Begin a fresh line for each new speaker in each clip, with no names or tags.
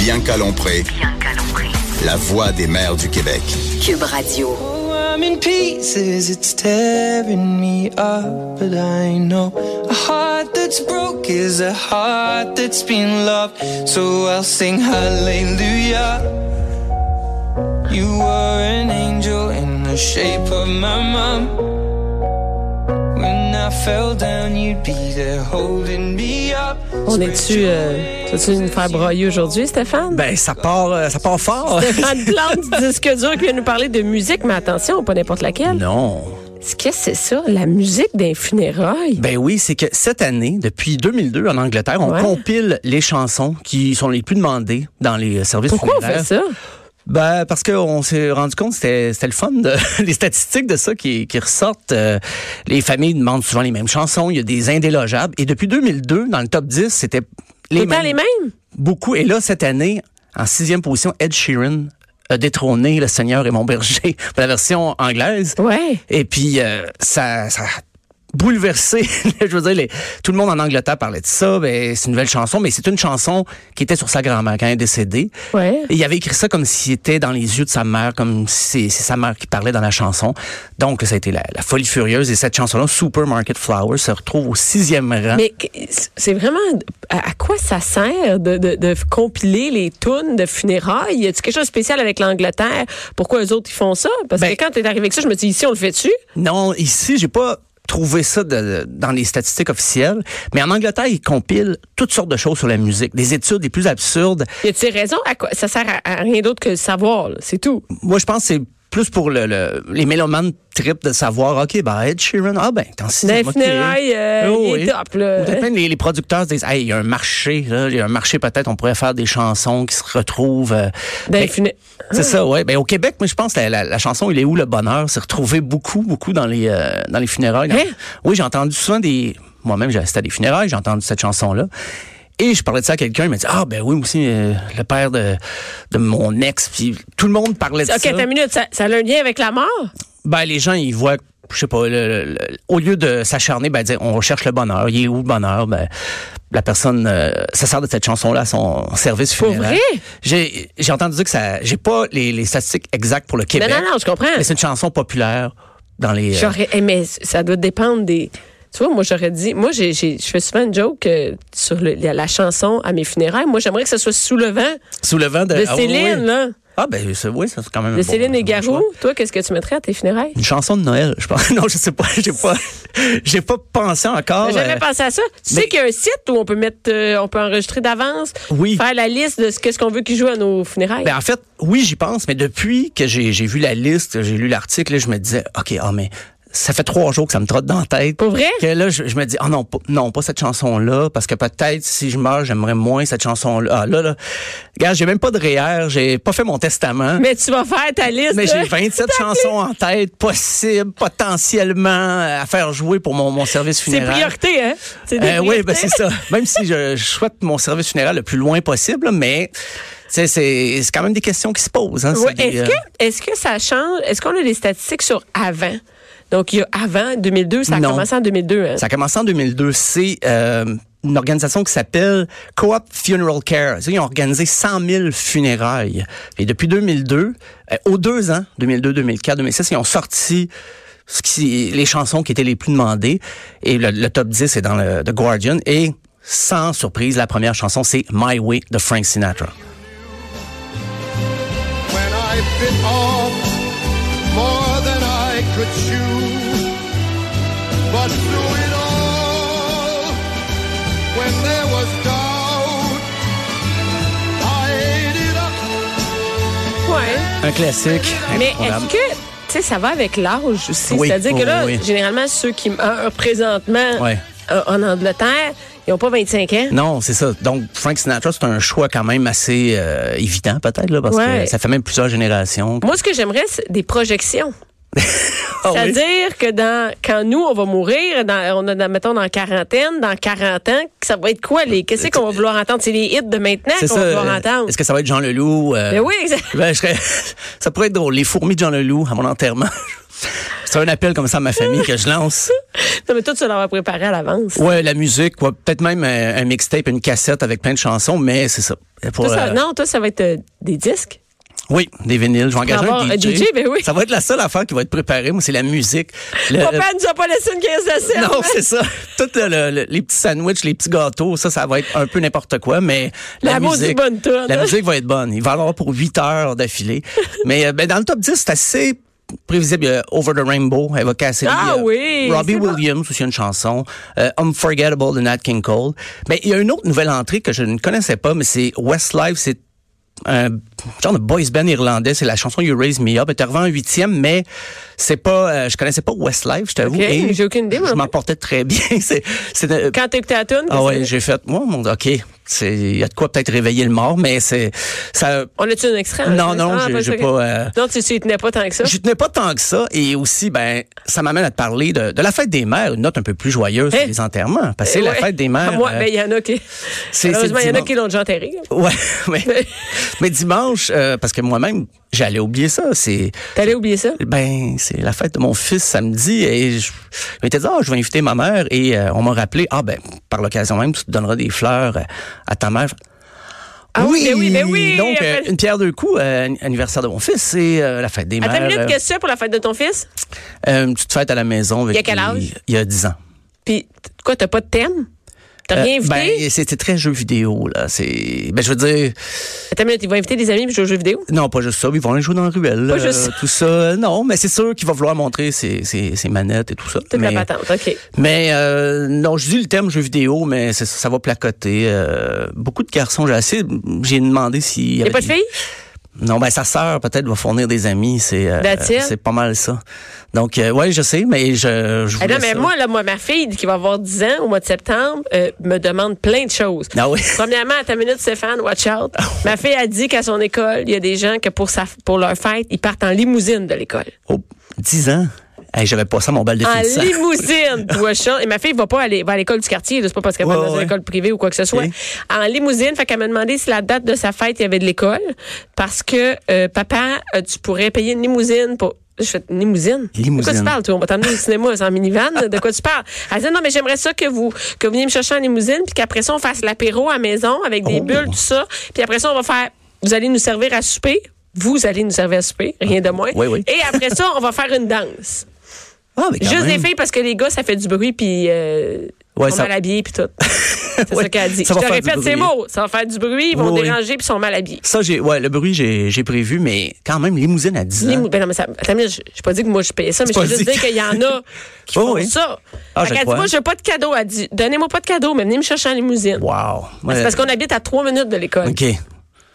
Bien calompré, la voix des mères du Québec.
Cube Radio.
Oh, I'm in pieces, it's tearing me up, but I know a heart that's broke is a heart that's been loved. So I'll sing hallelujah. You were an angel in the shape of my mom. When I fell down, you'd be there holding me up.
On est-tu. Euh, tu vas-tu nous faire broyer aujourd'hui, Stéphane?
Ben, ça part, euh, ça part fort.
Stéphane Plante du disque dur qui vient nous parler de musique, mais attention, pas n'importe laquelle.
non.
Qu'est-ce que c'est ça, la musique d'un funérailles?
Ben oui, c'est que cette année, depuis 2002 en Angleterre, on
Ouais.
compile les chansons qui sont les plus demandées dans les euh, services
Pourquoi on
funéraires.
fait ça?
Ben, parce qu'on s'est rendu compte que c'était c'était le fun, de- les statistiques de ça qui, qui ressortent. euh, les familles demandent souvent les mêmes chansons, il y a des indélogeables. Et depuis 2002, dans le top 10, c'était les
T'es pas
mêmes.
les mêmes?
Beaucoup. Et là, cette année, en sixième position, Ed Sheeran a détrôné Le Seigneur et mon berger pour la version anglaise.
Ouais.
Et puis, euh, ça, ça a bouleversé. je veux dire, les- tout le monde en Angleterre parlait de ça. Ben, c'est une nouvelle chanson, mais c'est une chanson qui était sur sa grand-mère quand elle est décédée.
Ouais.
Et il avait écrit ça comme s'il était dans les yeux de sa mère, comme si c'est c'est sa mère qui parlait dans la chanson. Donc, ça a été la, la folie furieuse. Et cette chanson-là, Supermarket Flower, se retrouve au sixième rang.
Mais que- c'est vraiment à à quoi ça sert de, de- de compiler les tunes de funérailles? Y a-t-il quelque chose de spécial avec l'Angleterre? Pourquoi eux autres ils font ça? Parce
Ben-
que quand t'es arrivé avec ça, je me dis ici on le fait dessus.
Non, ici, j'ai pas trouvé ça de- dans les statistiques officielles, mais en Angleterre, ils compilent toutes sortes de choses sur la musique, des études les plus absurdes.
Y a-t-il raison? À quoi ça sert à, à rien d'autre que le savoir, là, c'est tout.
Moi, je pense que c'est plus pour le, le- les mélomanes trip de savoir, OK, ben Ed Sheeran, ah ben, t'en sais.
Dans les funérailles, euh,
Oh,
il est top, là.
les, les producteurs se disent, hey, il y a un marché, là, il y a un marché, peut-être, on pourrait faire des chansons qui se retrouvent. euh,
Dans les
ben,
funé-
c'est ça, ouais. Ben, au Québec, moi, je pense que la, la- la chanson Il est où le bonheur s'est retrouvée beaucoup, beaucoup dans les, euh, dans les funérailles.
Hein?
Oui, j'ai entendu souvent des. Moi-même, j'ai assisté à des funérailles, j'ai entendu cette chanson-là. Et je parlais de ça à quelqu'un, il m'a dit Ah, ben oui, moi aussi, euh, le père de, de mon ex. Puis tout le monde parlait de
OK,
ça.
t'as une minute, ça, ça a un lien avec la mort?
Ben, les gens, ils voient, je sais pas, le- le- le- au lieu de s'acharner, ben, dire on recherche le bonheur, il est où le bonheur, ben, la personne, euh, ça sert de cette chanson-là à son service
Pour
funéraire.
vrai?
J'ai, j'ai entendu dire que ça, j'ai pas les, les statistiques exactes pour le Québec.
Ben non, non, je comprends.
Eh Mais c'est une chanson populaire dans les. euh,
J'aurais, eh, mais ça doit dépendre des. Tu vois, moi j'aurais dit, moi j'ai, j'ai- je fais souvent une joke euh, sur le- la, la chanson à mes funérailles. Moi j'aimerais que ce soit sous le vent
sous le vent de.
de
ah, oui,
Céline,
oui.
là,
Ah, ben, c'est, oui, ça, c'est quand même. un
de
bon-
Céline et
bon choix.
Garou. Toi, qu'est-ce que tu mettrais à tes funérailles?
Une chanson de Noël, je pense. Non, je sais pas. J'ai pas, j'ai pas pensé encore.
J'ai jamais
euh,
pensé à ça. Tu
mais-
sais qu'il y a un site où on peut mettre, euh, on peut enregistrer d'avance,
Oui.
faire la liste de ce qu'est-ce qu'on veut qu'ils jouent à nos funérailles.
Ben, en fait, oui, j'y pense, mais depuis que j'ai j'ai vu la liste, j'ai lu l'article, là, je me disais, OK, ah, mais ça fait trois jours que ça me trotte dans la tête.
Pour vrai?
Que là, je, je me dis, ah non, pas- non, pas cette chanson-là, parce que peut-être si je meurs, j'aimerais moins cette chanson-là. Ah, là, là. Regarde, j'ai même pas de REER, j'ai pas fait mon testament.
mais tu vas faire ta liste.
Mais
de-
j'ai 27 chansons en tête, possibles, potentiellement, à faire jouer pour mon, mon service
C'est
funéraire.
priorité, hein? C'est des
Euh, oui, ben
priorités.
c'est ça. Même si je, je souhaite mon service funéraire le plus loin possible, là, mais tu sais, c'est c'est quand même des questions qui se posent. Hein,
Ouais,
C'est des,
est-ce
euh,
que, est-ce que ça change? Est-ce qu'on a des statistiques sur avant? Donc, il y a avant 2002, ça a
Non.
commencé en 2002. Hein?
Ça a commencé en 2002. C'est euh, une organisation qui s'appelle Co-op Funeral Care. Ils ont organisé 100 000 funérailles. Et depuis 2002, euh, aux deux ans, 2002, 2004, 2006, ils ont sorti ce qui, les chansons qui étaient les plus demandées. Et le, le top 10 est dans le The Guardian. Et sans surprise, la première chanson, c'est My Way de Frank Sinatra.
when I bit off more than I could chew. But through it all, when there was doubt, I ate it up.
Ouais.
Un classique.
Mais
incontournable.
est-ce que, tu sais, ça va avec l'âge aussi?
Oui,
C'est-à-dire
oui,
que là,
oui.
généralement, ceux qui meurent présentement
Ouais.
euh, en Angleterre, Ils n'ont pas 25 ans.
Non, c'est ça. Donc, Frank Sinatra, c'est un choix quand même assez euh, évident, peut-être, là, parce
Ouais.
que ça fait même plusieurs générations.
Moi, ce que j'aimerais, c'est des projections.
Ah oui.
C'est-à-dire que dans, quand nous, on va mourir, dans, on a, dans- mettons, dans quarantaine, dans 40 ans, ça va être quoi? les Qu'est-ce qu'on va vouloir entendre? C'est les hits de maintenant
Euh, C'est
qu'on va vouloir
euh,
entendre.
Est-ce que ça va être Jean Leloup? euh,
Ben oui, exact.
ben, je serais- ça pourrait être drôle. Les fourmis de Jean Leloup à mon enterrement. c'est un appel comme ça à ma famille que je lance.
Non, mais tout ça, leur préparé à l'avance.
Ouais, la musique, ouais, peut-être même un, un mixtape, une cassette avec plein de chansons, mais c'est ça. Pour,
Toi, ça-
euh,
non, toi, ça va être euh, des disques.
Oui, des vinyles. Je vais engager
avoir
un
un
DJ.
DJ, ben oui.
Ça va être la seule affaire qui va être préparée. Moi, c'est la musique. Le-
Papa nous a pas laissé une caisse de hein? sel.
Euh, non, c'est ça. Tout le- le- le- les petits sandwichs, les petits gâteaux, ça, ça va être un peu n'importe quoi, mais la,
La maudite
musique,
bonne tourne.
la musique va être bonne. Il va y en avoir pour 8 heures d'affilée. mais euh, ben, dans le top 10, c'est assez prévisible. Il y a Over the Rainbow, Eva Cassidy.
Ah
euh,
oui,
Robbie
c'est bon.
Williams, aussi une chanson. euh, Unforgettable de Nat King Cole. Mais il y a une autre nouvelle entrée que je ne connaissais pas, mais c'est Westlife, c'est un Euh, genre de boys band irlandais, c'est la chanson You Raise Me Up. Elle était revenue en huitième, mais c'est pas, euh, je connaissais pas Westlife, je t'avoue.
Ok,
et
j'ai aucune idée, moi,
Je
non
m'en portais très bien. C'est, c'est, euh,
Quand t'as écouté la toune,
ah
qu'est-ce
ouais,
que-
j'ai fait, moi, mon, ok, c'est, il y a de quoi peut-être réveiller le mort, mais c'est, ça,
on a-tu un extrait?
Non, non,
Ah,
j'ai-
le
j'ai
secret.
pas, euh,
Non, tu, tu y tenais pas tant que ça.
je tenais pas tant que ça. Et aussi, ben, ça m'amène à te parler de, de la fête des mères, une note un peu plus joyeuse
Hein?
que les enterrements. Parce que c'est la
Ouais.
fête des
Ah,
mères.
Moi,
euh,
ben, il y en a qui.
c'est-
Heureusement, il y en a
dimanche.
qui l'ont déjà enterré.
Ouais, mais, mais dimanche, euh, parce que moi-même, j'allais oublier ça. C'est
T'allais oublier ça?
ben c'est la fête de mon fils samedi et je, je m'étais dit ah je vais inviter ma mère et euh, on m'a rappelé ah ben par l'occasion même tu te donneras des fleurs euh, à ta mère.
Ah oui, ben oui, ben oui,
Donc euh,
après-
une pierre deux coups euh, anniversaire de mon fils c'est euh, la fête des
Attends une
mères.
minute,
euh,
qu'est-ce que tu fais pour la fête de ton fils?
euh, une petite fête à la maison.
Il
Avec
y a quel
les-
âge?
Il y a 10 ans.
Puis, t- quoi, t'as pas de thème? T'as rien
Euh,
invité?
ben, c'était très jeu vidéo là, c'est ben je veux dire
Attends une minute, il va inviter des amis puis jouer aux jeux vidéo?
Non, pas juste ça. Ils vont aller jouer dans la ruelle. euh,
Pas juste ça.
Tout ça. Non, mais c'est sûr qu'il va vouloir montrer ses, ses- ses manettes et tout ça.
Toute
mais
la patente, OK.
mais, euh, non, je dis le thème jeu vidéo, mais c'est ça, ça va placoter. Euh, beaucoup de garçons, j'ai assez. J'ai demandé s'il y
Il
avait
a pas de
des-
fille?
Non, ben sa sœur peut-être va fournir des amis. C'est euh,
That's it.
c'est pas mal ça. Donc euh, ouais, je sais, mais je. je
Ah non,
voulais
mais
ça.
moi, là, moi, ma fille qui va avoir 10 ans au mois de septembre euh, me demande plein de choses.
Ah oui. Ah
Premièrement, à ta minute, Stéphane, watch out. ma fille a dit qu'à son école, il y a des gens que pour, sa, pour leur fête, ils partent en limousine de l'école.
Oh, 10 ans. Hey, j'avais pas ça mon bal de
En
finissant.
Ah, limousine, toi, Charles. Et ma fille va pas aller va à l'école du quartier, là, c'est pas parce qu'elle va
Ouais,
dans une
ouais.
école privée ou quoi que ce soit.
Ok.
En limousine, fait qu'elle m'a demandé si la date de sa fête, il y avait de l'école. Parce que, euh, papa, euh, tu pourrais payer une limousine pour. Je fais une limousine. De quoi
Limousine.
tu parles, toi? On va t'emmener au cinéma c'est en minivan. là. De quoi tu parles? Elle dit, non, mais j'aimerais ça que vous, que vous veniez me chercher en limousine, puis qu'après ça, on fasse l'apéro à la maison avec des
Oh.
bulles, tout ça. Puis après ça, on va faire, vous allez nous servir à souper. Vous allez nous servir à souper, rien de moins.
Oui, oui.
Et après ça, on va faire une danse.
Ah, mais quand
Juste
même.
des filles parce que les gars, ça fait du bruit puis euh,
Ouais,
ils sont
ça-
mal habillés puis tout. C'est
Ouais,
ça qu'elle a dit. Je
ça va
te
faire du
répète ces
bruit.
mots. Ça va faire du bruit, ils vont
Oui, oui.
déranger puis ils sont mal habillés.
Ça, j'ai, ouais, le bruit, j'ai, j'ai prévu, mais quand même, limousine à 10 ans.
Limou- Ben non, mais ça, attends, une minute, je je pas dit que moi je payais ça, mais je
Hein? pas
veux juste
dit
dire
que-
qu'il y en a qui
Oh,
font
oui.
ça.
Ah,
Fait
je
qu'elle dit,
crois.
moi, je veux pas de cadeau. Elle dit, donnez-moi pas de cadeau, mais venez me chercher en limousine.
Wow.
Ben, C'est
Ouais.
parce qu'on habite à trois minutes de l'école.
OK.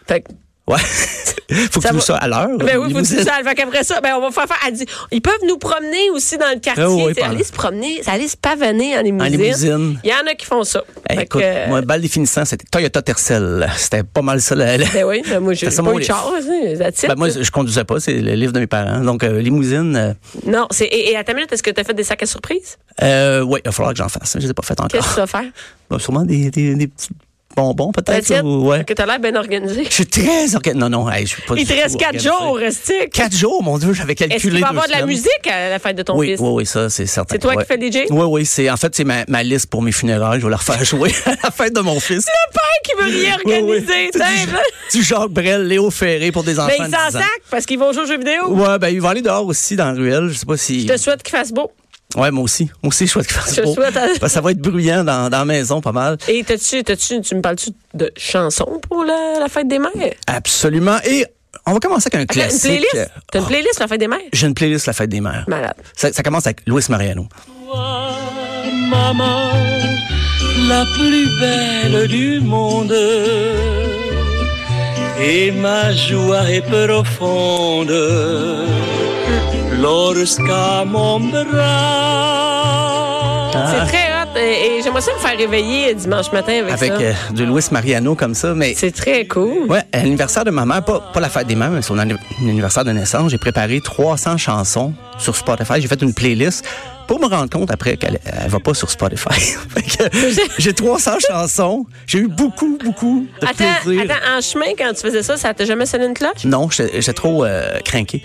Fait que-
Ouais. faut que
Ça
tu
va-
nous ça à l'heure.
Ben oui, vous
Ah, limousine.
dites ça. Fait qu'après ça, ben on va faire faire. Elle dit, ils peuvent nous promener aussi dans le quartier.
Ah oui,
tu sais,
pardon.
aller se promener, aller se pavaner en limousine.
limousine.
Il y en a qui font ça.
Hey,
Fait
écoute,
que- euh,
moi, balle définissant, c'était Toyota Tercel. C'était pas mal ça. La, la-
Ben oui, ben moi, j'ai pas
C'était ça
eu
mon
de
livre.
char, hein, that's it.
Ben, moi, je conduisais pas, c'est le livre de mes parents. Donc, euh, limousine, euh,
Non, c'est, et, et à ta minute, est-ce que tu as fait des sacs à surprise?
euh, ouais, il va falloir que j'en fasse. Je les ai pas fait
Qu'est-ce que
encore.
tu vas faire?
Ben, sûrement des, des, des petits bonbons, peut-être.
That's it?
ou- ouais.
Que tu as l'air bien organisé.
Je suis très organ- Non, non, hey, je suis pas
Il
du
te reste
tout
quatre
organisé.
jours, Rustic.
Quatre jours, mon Dieu, j'avais calculé.
Est-ce qu'il va y
deux
avoir de la
semaines.
musique à la fête de ton
oui,
fils?
Oui, oui, ça, c'est certain.
C'est toi qui
Ouais.
fais le DJ?
Oui, oui, c'est, en fait, c'est ma, ma liste pour mes funérailles. Je vais la refaire jouer à la fête de mon fils.
Le père qui veut rien
Oui, oui.
organiser,
C'est
t'sais,
du-
là. Ben,
Du Jacques Brel, Léo Ferré pour des enfants.
Mais il
de
s'en
10 ans.
sac parce qu'ils vont jouer aux jeux vidéo.
Ouais, ben, il va aller dehors aussi dans la ruelle. Je sais pas si.
Je te souhaite qu'il fasse beau.
Ouais, moi aussi. Moi aussi, je souhaite qu'il fasse
Je
beau.
souhaite hein. à-
Parce que ça va être bruyant dans, dans la maison, pas mal.
Et t'as-tu, t'as-tu, tu me parles-tu de chansons pour la, la fête des mères?
Absolument. Et on va commencer avec un
T'as une
classique. Euh, Ah.
playlist? T'as une playlist pour la fête des mères?
J'ai une playlist La Fête des Mères.
Malade.
Ça, ça commence avec Luis Mariano.
maman, la plus belle du monde. Et ma joie est profonde lorsqu'à mon bras.
C'est très hot. et, et j'aimerais ça me faire réveiller dimanche matin avec,
Avec
ça.
euh, du Luis Mariano comme ça, mais
C'est très cool.
Ouais, à l'anniversaire de ma mère, pas, pas la fête des mères, mais son anni- anniversaire de naissance, j'ai préparé 300 chansons sur Spotify. J'ai fait une playlist pour me rendre compte après qu'elle elle va pas sur Spotify. Fait que j'ai 300 chansons. J'ai eu beaucoup, beaucoup de
Attends,
plaisir.
attends, en chemin, quand tu faisais ça, ça t'a jamais sonné une cloche?
Non, j'étais j'étais trop euh, craqué.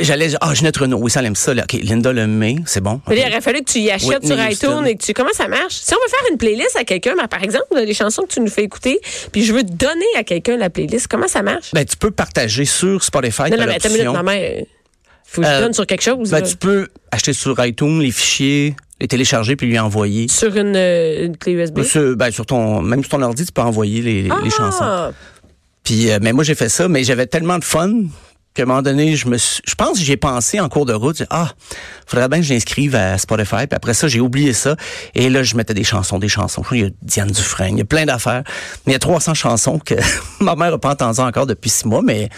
J'allais, ah, Ginette Renault, oui, ça, elle aime ça. Là. OK, Linda Lemay, c'est bon.
Mais
OK.
là, Il aurait fallu que tu y achètes
Whitney
sur iTunes
Houston.
et que tu. Comment ça marche? Si on veut faire une playlist à quelqu'un, ben, par exemple, les chansons que tu nous fais écouter, puis je veux donner à quelqu'un la playlist, comment ça marche?
Ben, tu peux partager sur Spotify.
non,
t'as
non, mais attends une minute,
Ben,
non,
l'option.
mais, euh, Faut que je
Euh,
donne sur quelque chose.
Ben,
là.
tu peux acheter sur iTunes les fichiers, les télécharger puis lui envoyer.
Sur une, euh, une clé USB.
Sur, ben, sur ton, même sur ton ordi, tu peux envoyer les, les- les chansons.
Ah!
Puis, euh, mais moi, j'ai fait ça, mais j'avais tellement de fun qu'à un moment donné, je me suis- je pense que j'ai pensé en cours de route, j'ai dit, ah, faudrait bien que je l'inscrive à Spotify. Puis après ça, j'ai oublié ça. Et là, je mettais des chansons, des chansons. Il y a Diane Dufresne, il y a plein d'affaires. Mais il y a 300 chansons que ma mère n'a pas entendues encore depuis six mois, mais...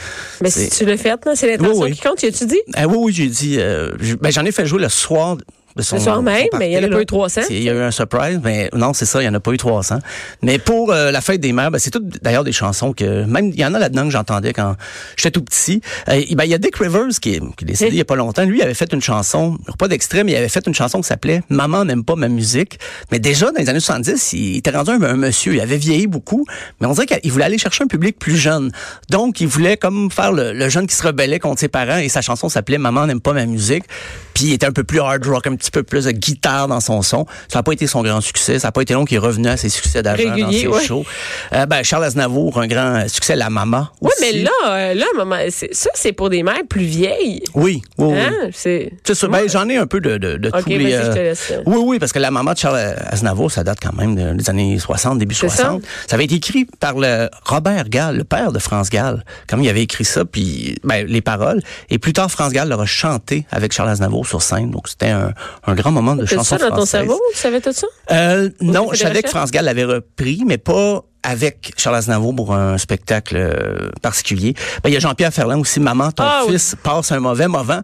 Mais Ben, si
c'est-
tu le fais, là, c'est l'intention
Oui, oui.
qui compte, tu as-tu dit?
Ah oui, oui, j'ai dit. euh, je- ben, j'en ai fait jouer le soir. De son,
Le soir
son
même, mais il y en a
party,
pas
là.
eu 300.
C'est- Il y a eu un surprise, mais non, c'est ça, il n'y en a pas eu 300. Mais pour euh, la fête des mères, ben, c'est tout d'ailleurs des chansons que. Même, il y en a là-dedans que j'entendais quand j'étais tout petit. Euh, ben, il y a Dick Rivers qui est, qui est décédé
Oui.
il n'y a pas longtemps. Lui, il avait fait une chanson, pas d'extrait, mais il avait fait une chanson qui s'appelait Maman n'aime pas ma musique. Mais déjà, dans les années 70, il, il était rendu un, un monsieur. Il avait vieilli beaucoup, mais on dirait qu'il voulait aller chercher un public plus jeune. Donc, il voulait comme faire le, le jeune qui se rebellait contre ses parents et sa chanson s'appelait Maman n'aime pas ma musique. Puis il était un peu plus hard rock, un petit peu plus de guitare dans son son. Ça n'a pas été son grand succès. Ça n'a pas été long qu'il revenait à ses succès d'avant dans
Régulier,
ses
ouais.
shows. Euh, ben, Charles Aznavour, un grand succès, La Mama.
Oui, mais
aussi.
là, euh, là, maman, c'est- ça, c'est pour des mères plus vieilles.
Oui, oui, oui.
Hein? C'est.
C'est sûr. Ben, j'en ai un peu de, de, de
Ok,
tous
vas-y,
les. euh,
je te laisse. euh.
Oui, oui, parce que la maman de Charles Aznavour, ça date quand même de- des années 60, début
C'est ça?
60. Ça? avait été écrit par le Robert Gall, le père de France Gall. Comme il avait écrit ça, puis ben, les paroles. Et plus tard, France Gall l'aura chanté avec Charles Aznavour sur scène. Donc c'était un, un grand moment de
T'as ça
chanson
dans ton
française.
cerveau? Tu savais tout ça?
Euh, non,
fait des
je savais que
recherches?
France Gall l'avait repris, mais pas avec Charles Aznavour pour un spectacle euh, particulier. Ben, il y a Jean-Pierre Ferland aussi, Maman, ton
Ah, oui.
fils passe un mauvais moment.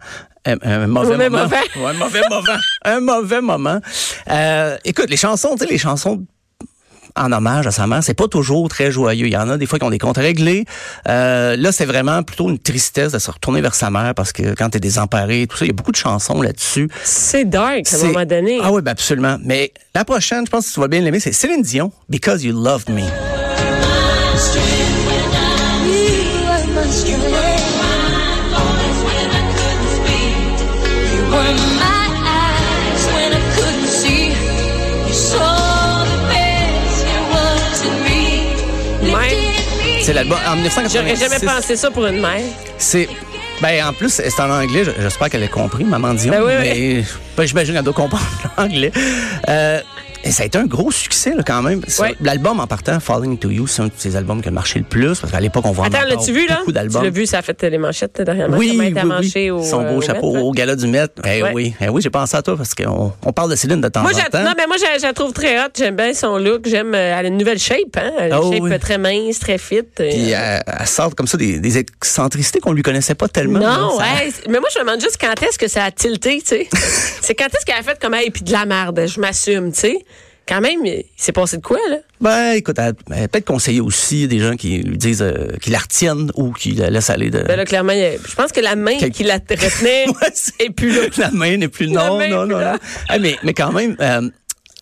Euh, Un, mauvais
Mauvais
moment.
moment.
Ouais, un mauvais moment. Un mauvais moment. Euh, écoute, les chansons, tu sais, les chansons en hommage à sa mère, c'est pas toujours très joyeux. Il y en a des fois qui ont des comptes réglés. Euh, là, c'est vraiment plutôt une tristesse de se retourner vers sa mère parce que quand t'es désemparé, tout ça, il y a beaucoup de chansons là-dessus.
C'est dark, à un
C'est-
moment donné.
Ah oui, ben absolument. Mais la prochaine, je pense que tu vas bien l'aimer, c'est Céline Dion, Because You Love Me. C'est l'album en
J'aurais
1986.
jamais pensé ça pour une mère.
C'est ben en plus c'est en anglais. Je- J'espère qu'elle a compris, maman Dion.
Ben oui, oui.
mais ben, j'imagine qu'elle doit comprendre l'anglais. Euh, et ça a été un gros succès là, quand même. Ça,
Ouais.
L'album en partant, Falling to You, c'est un de ses albums qui a marché le plus parce qu'à l'époque on vendait
Attends,
encore
l'as-tu vu, là?
beaucoup
Tu
d'albums.
l'as vu, ça a fait les manchettes derrière moi.
Oui,
Comment
oui,
elle était
oui.
manchée au,
Son
euh,
beau
au
chapeau
maître.
au gala du Met. Eh
Ouais.
oui, eh oui, j'ai pensé à toi parce qu'on on parle de Céline de temps
Moi,
en
je,
temps.
non, mais moi, je, je la trouve très hot. J'aime bien son look. J'aime, euh, elle a une nouvelle shape, hein? Une
Oh,
shape
oui.
très mince, très fit.
Puis
Euh,
elle, elle sort comme ça des, des excentricités qu'on lui connaissait pas tellement. là,
Non,
hein, ça-
hey, c'est- mais moi, je me demande juste quand est-ce que ça a tilté, tu sais. c'est quand est-ce qu'elle a fait comme, hey, puis de la merde, je m'assume, tu sais. Quand même, il s'est passé de quoi, là?
Ben, écoute, elle, elle a peut-être conseillé aussi des gens qui lui disent euh, qu'ils la retiennent ou qu'ils la laissent aller de.
Ben là, clairement, il y a- je pense que la main
Quel-
qui la retenait
Ouais, c'est-
est plus là.
la main n'est plus.
La
Non,
main
non,
est plus
non,
là.
non. Eh, mais, mais quand même, euh,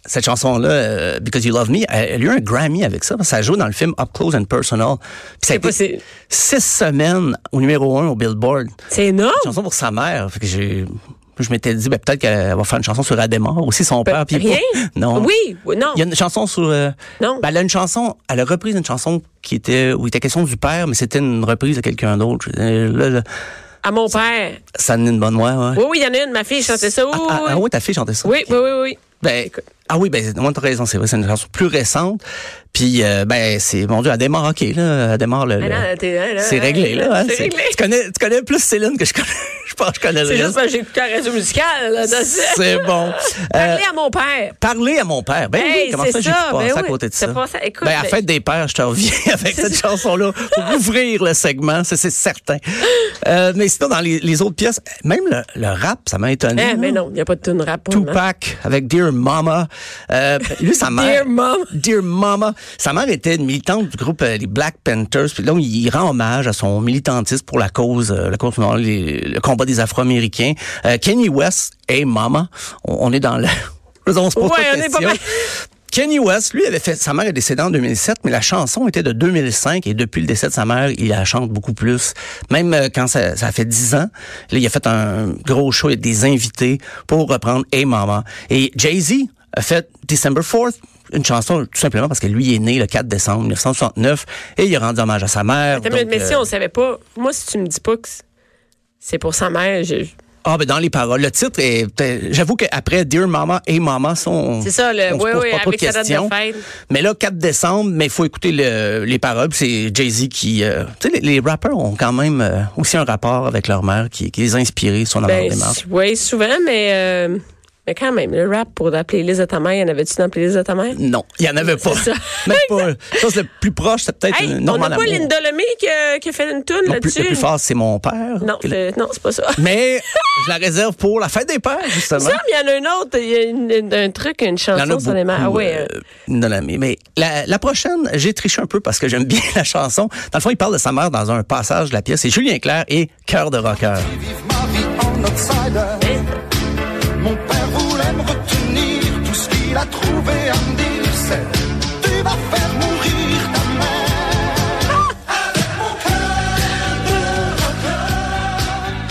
cette chanson-là, euh, Because You Love Me, elle, elle a eu un Grammy avec ça. parce que Ça joue dans le film Up Close and Personal. Puis ça a
C'est pas-
été
c'est-
six semaines au numéro un au Billboard.
C'est énorme.
Une chanson pour sa mère. Fait que j'ai. Je m'étais dit, ben, peut-être qu'elle va faire une chanson sur Adémar, aussi son père. Ah, puis-
Ben, Rien?
Non.
Oui, oui, non.
Il y a une chanson sur. euh,
Non.
ben, elle a une chanson. Elle a repris une chanson qui était où il était question du père, mais c'était une reprise de quelqu'un d'autre. Euh, Là, là,
À mon père.
Sandrine Bonnoir. Ouais.
Oui, oui, il y en a une, ma fille chantait ça. Oui,
Ah, ah, ah
oui.
ouais, ta fille chantait ça.
oui, oui, oui, oui.
Ben,
Écoute.
ah oui, ben, moi, t'as raison, c'est vrai, c'est une chanson plus récente. Puis, euh, ben, c'est, mon Dieu, elle démarre, OK, là, elle démarre le.
Ah
le-
non, t'es- hein, là,
c'est
hein,
réglé, là. hein,
c'est
c'est-
réglé.
Tu connais, tu connais plus Céline que je connais. je pense que je connais le
C'est juste
reste.
parce que j'ai écouté la radio musicale. Là, dans-
C'est bon. Euh,
Parler à mon père.
Parler à mon père. Ben
Hey,
oui, comment
c'est
ça, j'ai pu
ça,
passer
ben
à
oui,
côté de
t'as
ça.
passé- écoute,
ben, à
mais-
fête des pères, je te reviens avec cette chanson-là pour ouvrir le segment, ça, c'est certain. Euh, mais sinon, dans les, les autres pièces, même le, le rap, ça m'a étonné.
Eh, Hein, mais non, il n'y a pas de tune rap pour le moment.
Tupac avec Dear Mama. Euh, lui, sa mère.
Dear Mom.
Dear Mama. Sa mère était une militante du groupe euh, les Black Panthers. Puis là, il, il rend hommage à son militantisme pour la cause, euh, la cause non, les- le combat des Afro-Américains. Euh, Kenny West, Hey Mama, on, on est dans le... on se pose
Ouais,
pas de
on est pas
questions.
mal.
Kenny West, lui, avait fait, sa mère est décédée en 2007, mais la chanson était de 2005 et depuis le décès de sa mère, il la chante beaucoup plus. Même euh, quand ça, ça fait 10 ans, là, il a fait un gros show avec des invités pour reprendre Hey Mama. Et Jay-Z a fait December 4th, une chanson tout simplement parce que lui il est né le 4 décembre 1969 et il a rendu hommage à sa mère.
Attends, mais,
donc,
mais si
euh,
on savait pas, moi, si tu me dis pas que c'est- c'est pour sa mère, je-
Ah, ben dans les paroles. Le titre est. peut-être- J'avoue qu'après Dear Mama et Mama, ça, on.
C'est ça, le-
on se
oui,
pose
oui,
pas trop
avec
de
sa date de
questions.
fête.
Mais là, 4 décembre, mais il faut écouter le- les paroles. puis C'est Jay-Z qui. euh, tu sais, les, les rappeurs ont quand même euh, aussi un rapport avec leur mère qui, qui les a inspirés sur leur
ben,
démarche.
s- oui, souvent, mais, euh, mais quand même, le rap pour la playlist de ta mère, y en avait-tu dans la playlist de ta mère?
Non, il n'y en avait pas.
C'est ça.
Même pas. Je pense que le plus proche, c'est peut-être
Hey,
euh,
on
Norman
n'a pas
Lamour.
Linda Lemay qui a, qui a fait une tune
Non, plus-
là-dessus?
Le plus fort, c'est mon père.
Non,
Et le-
le- non, c'est pas ça.
Mais je la réserve pour la fête des pères, justement.
Ça, mais il y en a un autre, il y a une- une- un truc, une
Il y en a
chanson sur les mères. Ah
beaucoup,
ouais,
euh, non, non, mais, mais la, la prochaine, j'ai triché un peu parce que j'aime bien la chanson. Dans le fond, il parle de sa mère dans un passage de la pièce. C'est Julien Clerc et Cœur de rocker.
ma vie en outsider. Mon père voulait me retenir, tout ce qu'il a trouvé à me dire, c'est Tu vas faire mourir ta mère. Avec mon cœur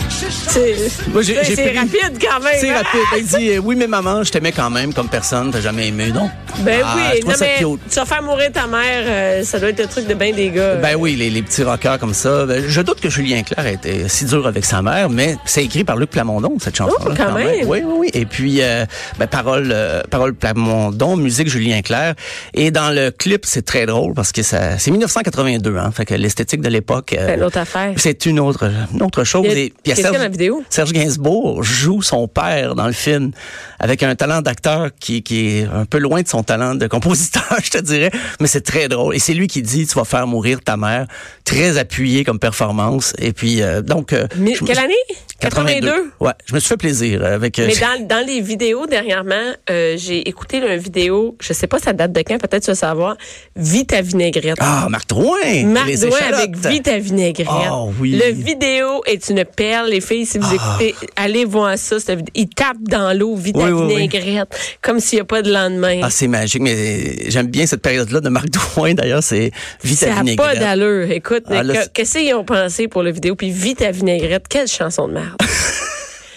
de rocker, j'ai
c'est
Moi, j'ai- j'ai
c'est
pris-
rapide quand même.
C'est
hein?
rapide. Il dit euh, oui, mais maman, je t'aimais quand même comme personne, t'as jamais aimé, donc.
Ben
Ah, je
oui,
trouve
non,
ça
mais
cute.
tu vas faire mourir ta mère, euh, ça doit être le truc de ben des gars.
Ben oui, les, les petits rockers comme ça. Ben, je doute que Julien Clerc était si dur avec sa mère, mais c'est écrit par Luc Plamondon, cette chanson.
Oh, quand même.
Oui, oui, oui. Et puis, euh, ben, parole, euh, parole Plamondon, musique Julien Clerc. Et dans le clip, c'est très drôle parce que ça, c'est 1982, hein. Fait que l'esthétique de l'époque. euh,
C'est une autre Ben, affaire.
C'est une autre, une autre chose.
Il y a
Et puis, il y a
quelqu'un dans la vidéo.
Serge Gainsbourg joue son père dans le film avec un talent d'acteur qui, qui est un peu loin de son talent de compositeur, je te dirais, mais c'est très drôle. Et c'est lui qui dit tu vas faire mourir ta mère, très appuyé comme performance. Et puis euh, donc euh,
Mais
je me-
quelle année? 82?
Ouais, je me suis fait plaisir avec. euh,
Mais dans, dans les vidéos dernièrement, euh, j'ai écouté une vidéo, je sais pas ça date de quand, peut-être tu vas savoir, Vite à vinaigrette.
ah Marc Drouin,
Marc
les
Douin
échalotes.
avec Vite à vinaigrette.
Ah oui. Ah.
Le vidéo est une perle, les filles, si vous écoutez, allez voir ça. cette vidéo. Il tape dans l'eau Vite
Oui,
à
oui, oui.
vinaigrette, comme s'il n'y a pas de lendemain.
Ah, c'est magique, mais euh, j'aime bien cette période-là de Marc Drouin, d'ailleurs, c'est vite
ça
à
n'a pas
vinaigrette.
d'allure. Écoute,
Ah, là,
que-
c'est-
qu'est-ce qu'ils ont pensé pour la vidéo? Puis Vite à vinaigrette, quelle chanson de merde.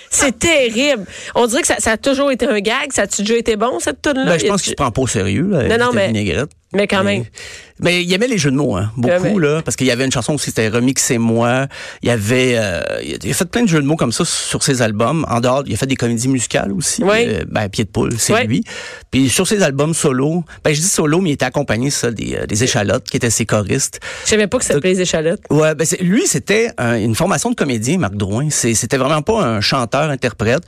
C'est terrible. On dirait que ça, ça a toujours été un gag. Ça a-tu déjà été bon, cette tune-là?
Ben, je
Y
pense
a-tu-
qu'il se prend pas au sérieux, là,
Non, non,
Vite à
mais-
vinaigrette.
mais quand même.
Mais il aimait les jeux de mots, hein, beaucoup,
Quand même.
là, parce qu'il y avait une chanson aussi, c'était Remixez-moi. Il y avait, euh, il a fait plein de jeux de mots comme ça sur ses albums. En dehors, il a fait des comédies musicales aussi.
Oui.
Euh, ben, Pied de poule, c'est
Oui.
lui. Puis sur ses albums solo, ben, je dis solo, mais il était accompagné, ça, des, euh, des échalotes, qui étaient ses choristes.
Je savais pas que ça s'appelait les échalotes.
Ouais, ben c'est- lui, c'était euh, une formation de comédien, Marc Drouin. C'est- C'était vraiment pas un chanteur-interprète,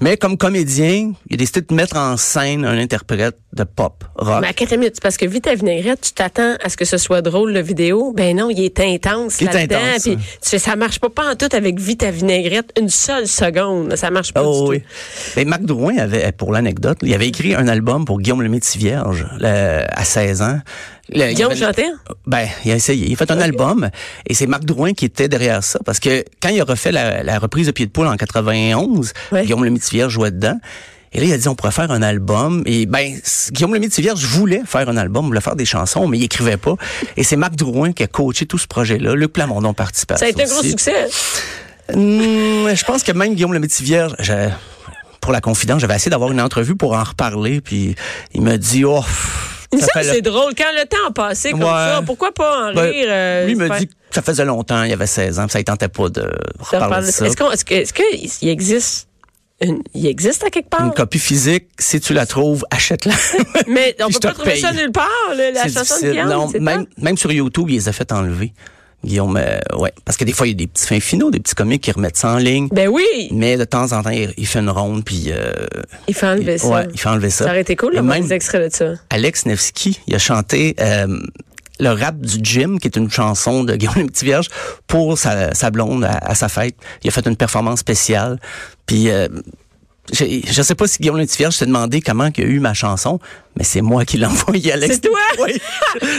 mais comme comédien, il a décidé de mettre en scène un interprète de pop, rock.
Mais à 4 minutes, parce que vite à vinaigrette, tu t'attends à ce que ce soit drôle, le vidéo. Ben non, il est intense
Il est
là-dedans.
intense,
Puis
hein.
tu sais, ça marche pas, pas en tout avec vite à vinaigrette, une seule seconde. Ça marche pas
Oh,
du
oui.
tout.
Mais Marc Drouin avait, pour l'anecdote, il avait écrit un album pour Guillaume Lemaitre Vierge le- à 16 ans. Le- il
Guillaume
avait-
Chantin?
Ben, il a essayé. Il a fait un album et c'est Marc Drouin qui était derrière ça parce que quand il a refait la, la reprise de Pied de Poule en 91,
Ouais.
Guillaume Lemaitre Vierge jouait dedans. Et là, il a dit, on pourrait faire un album. Et ben, c- Guillaume Lemaitre Vierge voulait faire un album, voulait faire des chansons, mais il écrivait pas. Et c'est Marc Drouin qui a coaché tout ce projet-là. Luc Plamondon participait à
Ça a été un gros
aussi.
succès.
Mmh, je pense que même Guillaume Lemaitre-Vierge, je- pour la confidence, j'avais essayé d'avoir une entrevue pour en reparler, puis il me dit, oh, pff,
Il me
ça
semble
fait
que
le-
c'est drôle. Quand le temps a passé comme
Ouais.
ça, pourquoi pas en
Ben,
rire? euh,
lui
c'est
me
pas-
dit que ça faisait longtemps, il avait 16 ans, puis ça ne tentait pas de
de
reparler
reparler.
de ça.
Est-ce qu'on- est-ce que- est-ce que il existe une- il existe à quelque part?
Une copie physique, si tu la trouves, achète-la.
Mais on
Puis je
peut
te
pas trouver
paye.
ça nulle part, là, la
C'est
chanson de
difficile.
Guillaume.
Non,
c'est
même, même sur YouTube, il les a fait enlever. Guillaume, euh, ouais. Parce que des fois, il y a des petits fins finaux, des petits comiques qui remettent ça en ligne.
ça? Ben oui,
Mais de temps en temps, il il fait une ronde, puis... euh,
il fait enlever ça.
Ouais, il fait enlever ça.
Ça aurait été cool
Et
d'avoir
même-
des extraits de ça.
Alex Nevsky, il a chanté euh, le rap du gym, qui est une chanson de Guillaume Petit Vierge, pour sa, sa blonde à, à sa fête. Il a fait une performance spéciale. Puis euh, Je, je sais pas si Guillaume Lutivier, je t'ai demandé comment il y a eu ma chanson, mais c'est moi qui l'ai envoyée à Alex.
C'est toi?
Oui.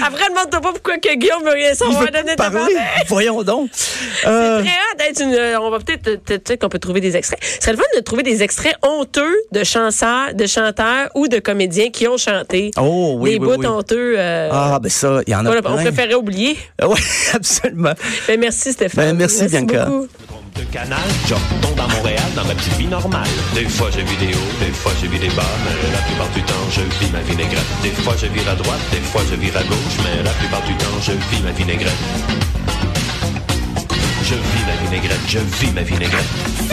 Après, demande-toi pas pourquoi que Guillaume veut rien
Il
savoir
veut
donner ta
parler. Voyons donc.
C'est
Euh,
très hot. Hey, tu nous- on va peut-être, peut-être- peut-être qu'on peut trouver des extraits. Ce serait le fun de trouver des extraits honteux de chanteurs, de chanteurs ou de comédiens qui ont chanté.
Oh, oui,
Des
oui,
bouts
oui.
honteux. euh,
ah, ben ça, il y en a
voilà,
plein.
on préférait oublier.
Oui, absolument.
Ben, merci, Stéphane.
Ben, merci, Bianca.
beaucoup.
trompe de canal, je retombe à Montréal dans ma petite vie normale. Des fois je vis des hauts, des fois je vis des bas, mais la plupart du temps je vis ma vinaigrette. Des fois je vire à droite, des fois je vire à gauche, mais la plupart du temps je vis ma vinaigrette. Je vis ma vinaigrette, je vis ma vinaigrette.